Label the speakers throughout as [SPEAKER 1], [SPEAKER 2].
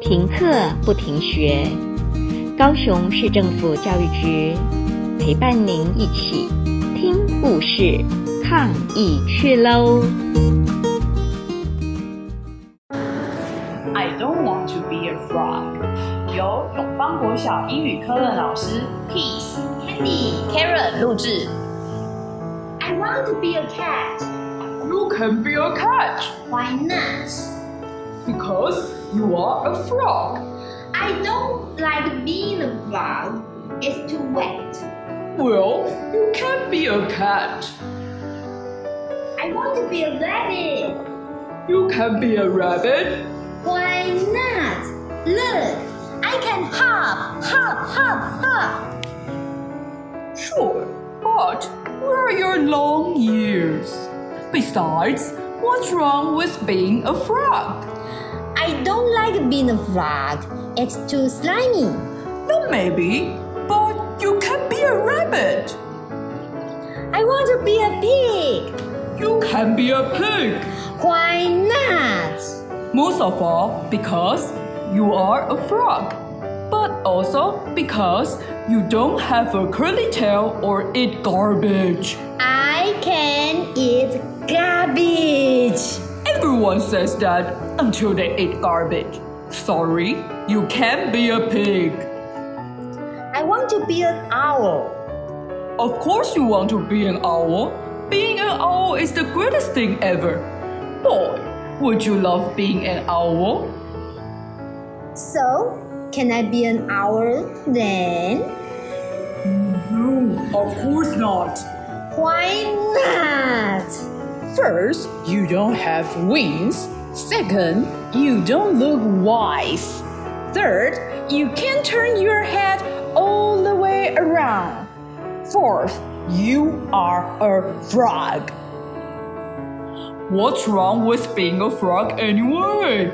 [SPEAKER 1] 停课不停学，高雄市政府教育局陪伴您一起听故事、抗疫去喽！
[SPEAKER 2] I don't want to be a frog。由永芳国小英语科任老师
[SPEAKER 3] Peace, Candy.
[SPEAKER 2] Karen 录制。
[SPEAKER 3] I want to be a cat.
[SPEAKER 2] You can be a cat
[SPEAKER 3] Why not?
[SPEAKER 2] because you are a frog.
[SPEAKER 3] I don't like being a frog. It's too wet.
[SPEAKER 2] Well, you can be a cat.
[SPEAKER 3] I want to be a rabbit.
[SPEAKER 2] You can be a rabbit.
[SPEAKER 3] Why not? Look, I can hop, hop, hop, hop.
[SPEAKER 2] Sure, but where are your long ears? Besides, what's wrong with being a frog?
[SPEAKER 3] I don't like being a frog. It's too slimy.
[SPEAKER 2] No, maybe, but you can be a rabbit.
[SPEAKER 3] I want to be a pig.
[SPEAKER 2] You can be a pig.
[SPEAKER 3] Why not?
[SPEAKER 2] Most of all, because you are a frog, but also because you don't have a curly tail or eat garbage.
[SPEAKER 3] I can eat garbage.
[SPEAKER 2] Everyone says that until they eat garbage. Sorry, you can't be a pig.
[SPEAKER 3] I want to be an owl.
[SPEAKER 2] Of course, you want to be an owl. Being an owl is the greatest thing ever. Boy, would you love being an owl?
[SPEAKER 3] So, can I be an owl then?
[SPEAKER 2] No, of course not.
[SPEAKER 3] Why not?
[SPEAKER 4] First, you don't have wings. Second, you don't look wise. Third, you can't turn your head all the way around. Fourth, you are a frog.
[SPEAKER 2] What's wrong with being a frog anyway?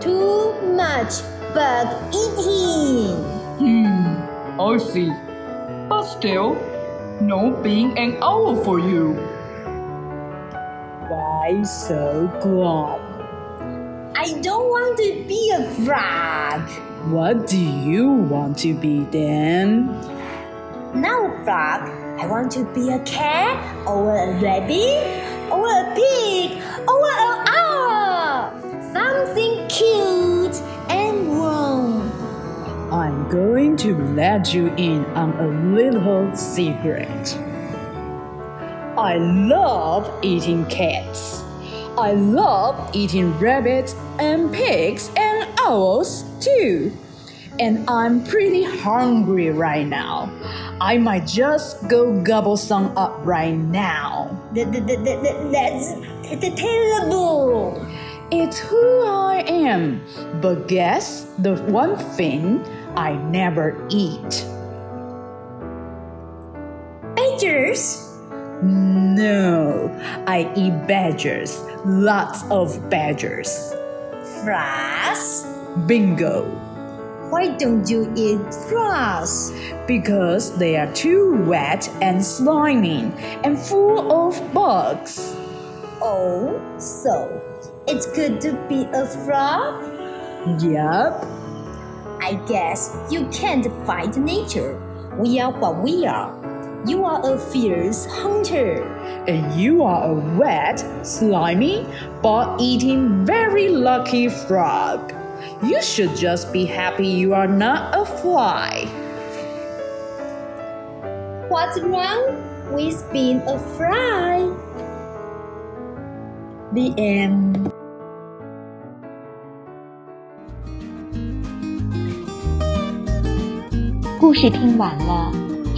[SPEAKER 3] Too much bug eating.
[SPEAKER 2] Hmm, I see. But still, no being an owl for you.
[SPEAKER 4] Why so glum?
[SPEAKER 3] I don't want to be a frog.
[SPEAKER 4] What do you want to be then?
[SPEAKER 3] Now, frog, I want to be a cat or a rabbit or a pig or an owl. Something cute and warm.
[SPEAKER 4] I'm going to let you in on a little secret. I love eating cats. I love eating rabbits and pigs and owls too. And I'm pretty hungry right now. I might just go gobble some up right now.
[SPEAKER 3] Th- th- th- th- th- That's th- terrible.
[SPEAKER 4] It's who I am. But guess the one thing I never eat.
[SPEAKER 3] Badgers?
[SPEAKER 4] No, I eat badgers. Lots of badgers.
[SPEAKER 3] Frogs?
[SPEAKER 4] Bingo.
[SPEAKER 3] Why don't you eat frogs?
[SPEAKER 4] Because they are too wet and slimy and full of bugs.
[SPEAKER 3] Oh, so it's good to be a frog?
[SPEAKER 4] Yup.
[SPEAKER 3] I guess you can't fight nature. We are what we are. You are a fierce hunter.
[SPEAKER 4] And you are a wet, slimy, ball eating, very lucky frog. You should just be happy you are not a fly.
[SPEAKER 3] What's wrong with being a fly?
[SPEAKER 4] The end.
[SPEAKER 1] 故事听完了，